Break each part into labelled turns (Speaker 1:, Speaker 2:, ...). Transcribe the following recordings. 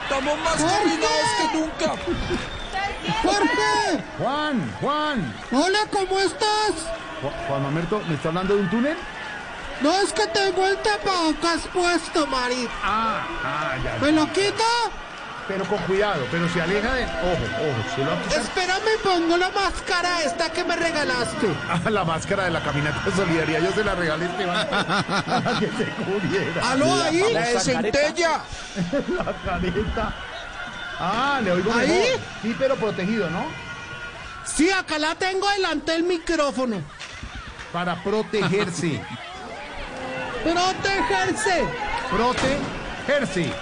Speaker 1: Estamos más combinados que nunca.
Speaker 2: ¡Jorge!
Speaker 3: Juan, Juan,
Speaker 2: ¡Hola, ¿cómo estás?
Speaker 3: Ju- Juan Mamerto, ¿me está hablando de un túnel?
Speaker 2: No es que tengo el tapabocas puesto, marica.
Speaker 3: Ah, ah, ya, ya.
Speaker 2: ¿Me lo quito?
Speaker 3: Pero con cuidado, pero se aleja de. Ojo, ojo, se lo va a quitar
Speaker 2: Espérame, pongo la máscara esta que me regalaste.
Speaker 3: Ah, la máscara de la caminata de solidaridad. Yo se la regalé a Esteban. que se cubriera.
Speaker 2: ¿Aló ahí?
Speaker 1: La de centella.
Speaker 3: La careta. Ah, le oigo
Speaker 2: ¿Ahí?
Speaker 3: mejor. Sí, pero protegido, ¿no?
Speaker 2: Sí, acá la tengo delante del micrófono.
Speaker 3: Para protegerse.
Speaker 2: ¡Protegerse!
Speaker 3: protegerse.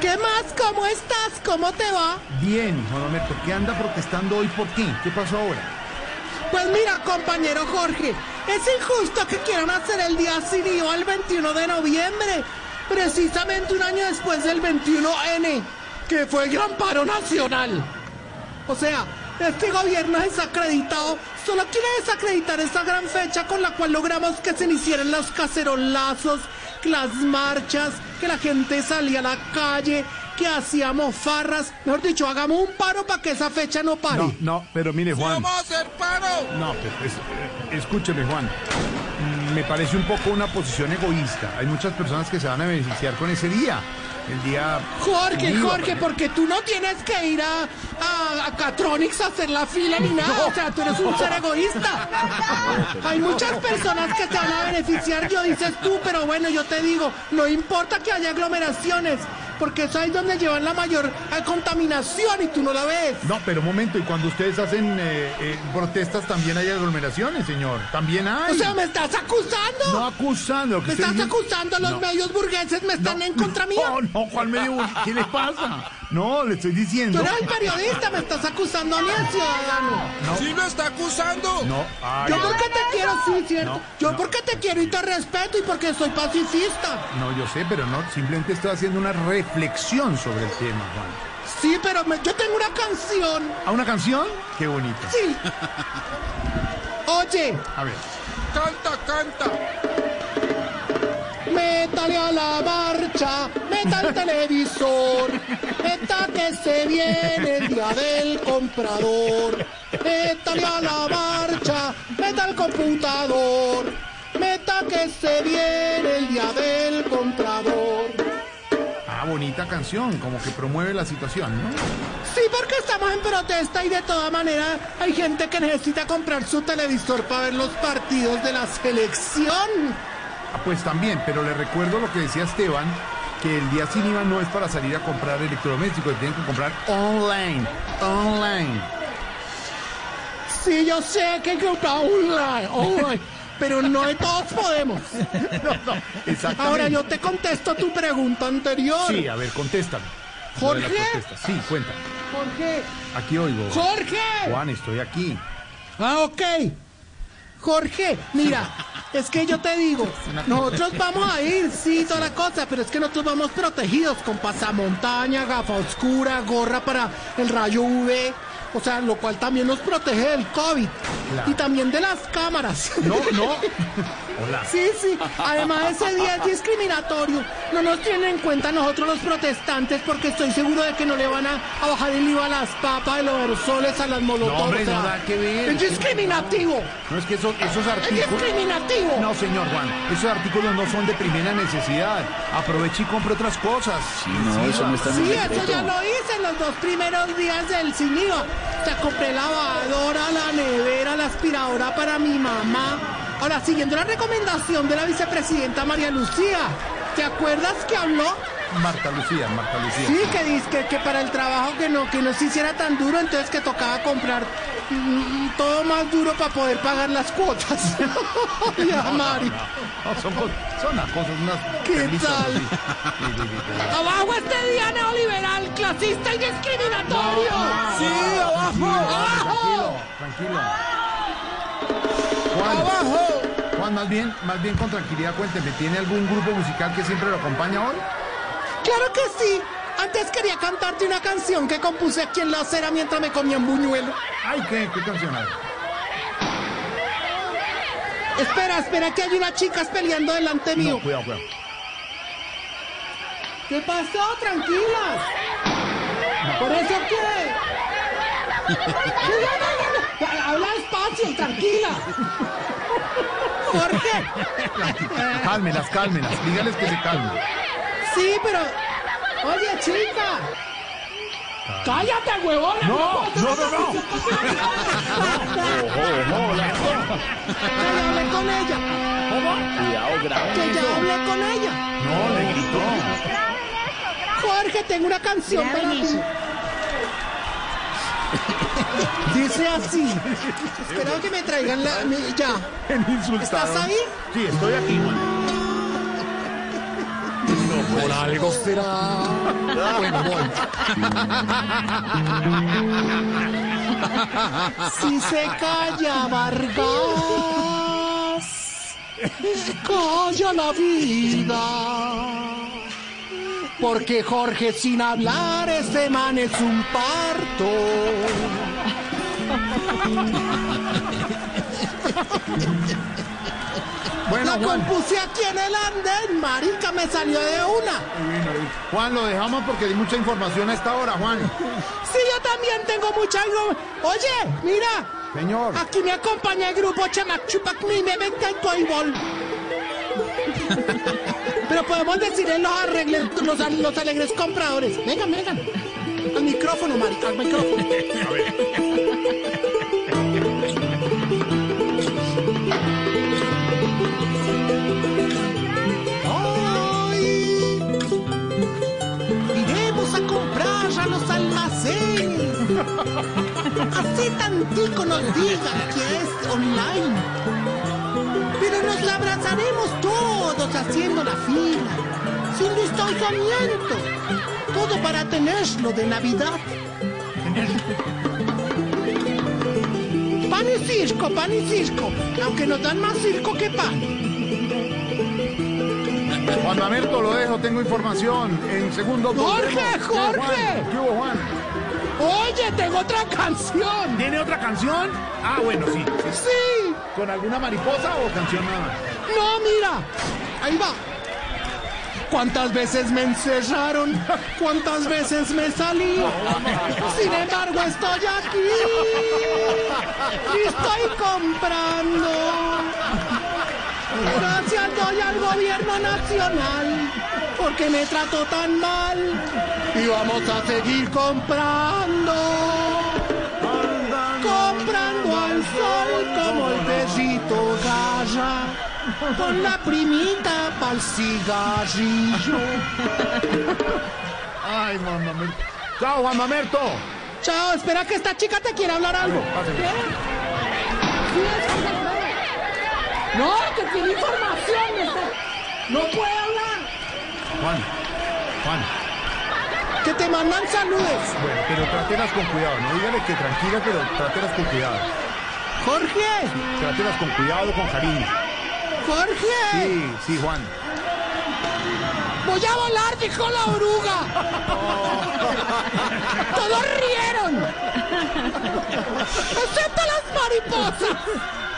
Speaker 2: ¿Qué más? ¿Cómo estás? ¿Cómo te va?
Speaker 3: Bien, Juan Mamerto, ¿qué anda protestando hoy por qué? ¿Qué pasó ahora?
Speaker 2: Pues mira, compañero Jorge, es injusto que quieran hacer el día sin IVA el 21 de noviembre, precisamente un año después del 21N, que fue el gran paro nacional. O sea, este gobierno desacreditado solo quiere desacreditar esa gran fecha con la cual logramos que se iniciaran los cacerolazos, que las marchas, que la gente salía a la calle, que hacíamos farras. Mejor dicho, hagamos un paro para que esa fecha no pare.
Speaker 3: No, no, pero mire, Juan.
Speaker 1: Vamos a hacer paro.
Speaker 3: No, pero es- eh, escúcheme, Juan. Mm, Me parece un poco una posición egoísta. Hay muchas personas que se van a beneficiar con ese día. El día.
Speaker 2: Jorge,
Speaker 3: Viva,
Speaker 2: Jorge,
Speaker 3: pero-
Speaker 2: porque tú no tienes que ir a, a, a Catronics a hacer la fila ni nada. O sea, tú eres un ser egoísta. Hay muchas personas que te van a beneficiar, yo dices tú, pero bueno, yo te digo, no importa que haya aglomeraciones, porque eso es donde llevan la mayor eh, contaminación y tú no la ves.
Speaker 3: No, pero un momento, y cuando ustedes hacen eh, eh, protestas también hay aglomeraciones, señor. También hay.
Speaker 2: O sea, ¿me estás acusando?
Speaker 3: No acusando. lo que
Speaker 2: ¿Me
Speaker 3: usted
Speaker 2: estás
Speaker 3: dice-
Speaker 2: acusando? Los
Speaker 3: No.
Speaker 2: medios burgueses me están en contra mía.
Speaker 3: No, no, Juan medio. ¿Qué le pasa? No, le estoy
Speaker 2: Tú
Speaker 3: diciendo.
Speaker 2: eres el periodista, me estás acusando a mí, el ciudadano.
Speaker 1: Sí lo está acusando.
Speaker 3: No, ay,
Speaker 2: Yo porque te quiero, sí, cierto.
Speaker 3: No,
Speaker 2: yo
Speaker 3: no.
Speaker 2: porque te quiero y te respeto y porque soy pacifista.
Speaker 3: no, yo sé, pero no. Simplemente estoy haciendo una reflexión sobre el tema, Juan.
Speaker 2: Sí, pero me- yo tengo una canción.
Speaker 3: ¿A una canción? Qué bonita.
Speaker 2: Sí. Oye,
Speaker 3: A ver.
Speaker 1: Canta, canta.
Speaker 2: métale a la marcha, meta al televisor, meta que se viene el día del comprador. Métale a la marcha, meta al computador, meta que se viene el día del comprador.
Speaker 3: Ah, bonita canción, como que promueve la situación, ¿no?
Speaker 2: Sí, porque estamos en protesta y de toda manera hay gente que necesita comprar su televisor para ver los partidos de la selección.
Speaker 3: Ah, pues también, pero le recuerdo lo que decía Esteban, que el día sin IVA no es para salir a comprar electrodomésticos, tienen que comprar online, online.
Speaker 2: Sí, yo sé que hay que comprar online, online, oh, pero no de todos podemos.
Speaker 3: Exactamente.
Speaker 2: Ahora yo te contesto tu pregunta anterior.
Speaker 3: Sí, a ver, contéstame. Lo de la
Speaker 2: ¿Jorge?
Speaker 3: protesta. Sí, cuéntame.
Speaker 2: Jorge.
Speaker 3: Aquí oigo.
Speaker 2: Jorge.
Speaker 3: Juan, estoy aquí.
Speaker 2: Ah, ok. Jorge, mira, es que yo te digo, nosotros vamos a ir, sí, toda la cosa, pero es que nosotros vamos protegidos con pasamontaña, gafa oscura, gorra para el rayo UV, o sea, lo cual también nos protege del COVID
Speaker 3: Claro.
Speaker 2: y también de las cámaras.
Speaker 3: No, no. Hola.
Speaker 2: Sí, sí. Además, ese día es discriminatorio. No nos tienen en cuenta nosotros los protestantes porque estoy seguro de que no le van a, a bajar el IVA a las papas, a los aerosoles, a las molotov.
Speaker 3: No, hombre,
Speaker 2: o sea,
Speaker 3: no da que ver.
Speaker 2: Es discriminativo.
Speaker 3: No es que esos, esos
Speaker 2: Es
Speaker 3: artículos...
Speaker 2: discriminativo.
Speaker 3: No, señor Juan, esos artículos no son de primera necesidad. Aproveche y compre otras cosas.
Speaker 4: No, eso no está en el
Speaker 2: Sí, eso
Speaker 4: decreto.
Speaker 2: ya lo hice en los dos primeros días del sin IVA. O sea, compré lavadora, la nevera, la aspiradora para mi mamá. Ahora, siguiendo la recomendación de la vicepresidenta María Lucía, ¿te acuerdas que habló?
Speaker 3: Marta Lucía, Marta Lucía.
Speaker 2: Sí, que dice que, que para el trabajo que no, que no se hiciera tan duro, entonces que tocaba comprar mm, todo más duro para poder pagar las cuotas. ya, Mari.
Speaker 3: No, son, cos- son las cosas, unas
Speaker 2: ¿Qué
Speaker 3: premisas
Speaker 2: tal? ¡Ah!
Speaker 3: así. Sí, sí, sí, sí.
Speaker 2: ¡Abajo este Diana Oliveral, clasista y discriminatorio.
Speaker 1: ¡Sí, abajo!
Speaker 3: Tranquilo, tranquilo. Juan,
Speaker 1: ¡Abajo!
Speaker 3: Juan, más bien, más bien con tranquilidad cuénteme, ¿tiene algún grupo musical que siempre lo acompaña hoy?
Speaker 2: Claro que sí. Antes quería cantarte una canción que compuse aquí en la acera mientras me comía un buñuelo.
Speaker 3: Ay, ¿qué, qué canción hay?
Speaker 2: Espera, espera, que hay unas chicas peleando delante mío.
Speaker 3: No, cuidado, cuidado.
Speaker 2: ¿Qué pasó? Tranquilas. ¿Por eso qué? No, no, no, no. Habla despacio, tranquila. Jorge,
Speaker 3: Cálmelas, cálmelas, dígales que se calmen.
Speaker 2: sí, pero... Oye, chica. Cállate, huevona.
Speaker 3: No, no, no, no.
Speaker 2: Que ya hablé con ella. Que ya hablé con ella.
Speaker 3: No, le gritó.
Speaker 2: Jorge, tengo una canción para ti. Dice así. Espero que me traigan la... mi- Ya.
Speaker 3: El insultado.
Speaker 2: ¿Estás ahí?
Speaker 3: Sí, estoy aquí, Juan.
Speaker 4: Por algo será. Bueno, voy.
Speaker 2: Si se calla Vargas, calla la vida. Porque Jorge sin hablar, este man es un parto.
Speaker 3: Bueno,
Speaker 2: La
Speaker 3: Juan.
Speaker 2: compuse aquí en el andén, marica, me salió de una.
Speaker 3: Juan, lo dejamos porque di mucha información a esta hora, Juan.
Speaker 2: Sí, yo también tengo mucha... gru- Oye, mira,
Speaker 3: Señor.
Speaker 2: aquí me acompaña el grupo Chamac Chupac Mi Me Venta y Toibol. Pero podemos decir en los, arregles, los, a- los alegres compradores. Vengan, vengan. Al micrófono, marica, al micrófono. Hoy iremos a comprar a los almacenes. Así tantico nos digan que es online. Pero nos la abrazaremos todos haciendo la fila, sin distanciamiento. Todo para tenerlo de Navidad. Pan y circo, pan y circo, aunque nos dan más circo que pan.
Speaker 3: Juan Mamerto, lo dejo, tengo información. En segundo
Speaker 2: Jorge,
Speaker 3: volvemos.
Speaker 2: Jorge.
Speaker 3: Juan, ¿Qué hubo, Juan?
Speaker 2: Oye, tengo otra canción.
Speaker 3: ¿Tiene otra canción? Ah, bueno, sí.
Speaker 2: Sí.
Speaker 3: ¿Con alguna mariposa o canción nada más?
Speaker 2: No, mira. Ahí va. ¿Cuántas veces me encerraron? ¿Cuántas veces me salí? Sin embargo, estoy aquí. Y estoy comprando. Gracias doy al gobierno nacional porque me trató tan mal. Y vamos a seguir comprando. Comprando al sol como el perrito galla. Con la primita pa'l cigarrillo.
Speaker 3: Ay, Juan Mamerto. ¡Chao, Juan Mamerto!
Speaker 2: Chao, espera que esta chica te quiere hablar algo.
Speaker 3: Pásale.
Speaker 2: No, que tiene información. esta- No puede hablar.
Speaker 3: Juan, Juan.
Speaker 2: Que te mandan saludes.
Speaker 3: Bueno, pero trátelas con cuidado. No dígale que tranquila, pero trátelas con cuidado.
Speaker 2: Jorge,
Speaker 3: Trátelas con cuidado, con cariño.
Speaker 2: Jorge.
Speaker 3: Sí, sí, Juan.
Speaker 2: Voy a volar, dijo la oruga. Todos rieron. Excepto las mariposas.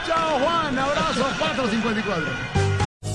Speaker 3: ¡Chao, Juan! ¡Abrazo! 454.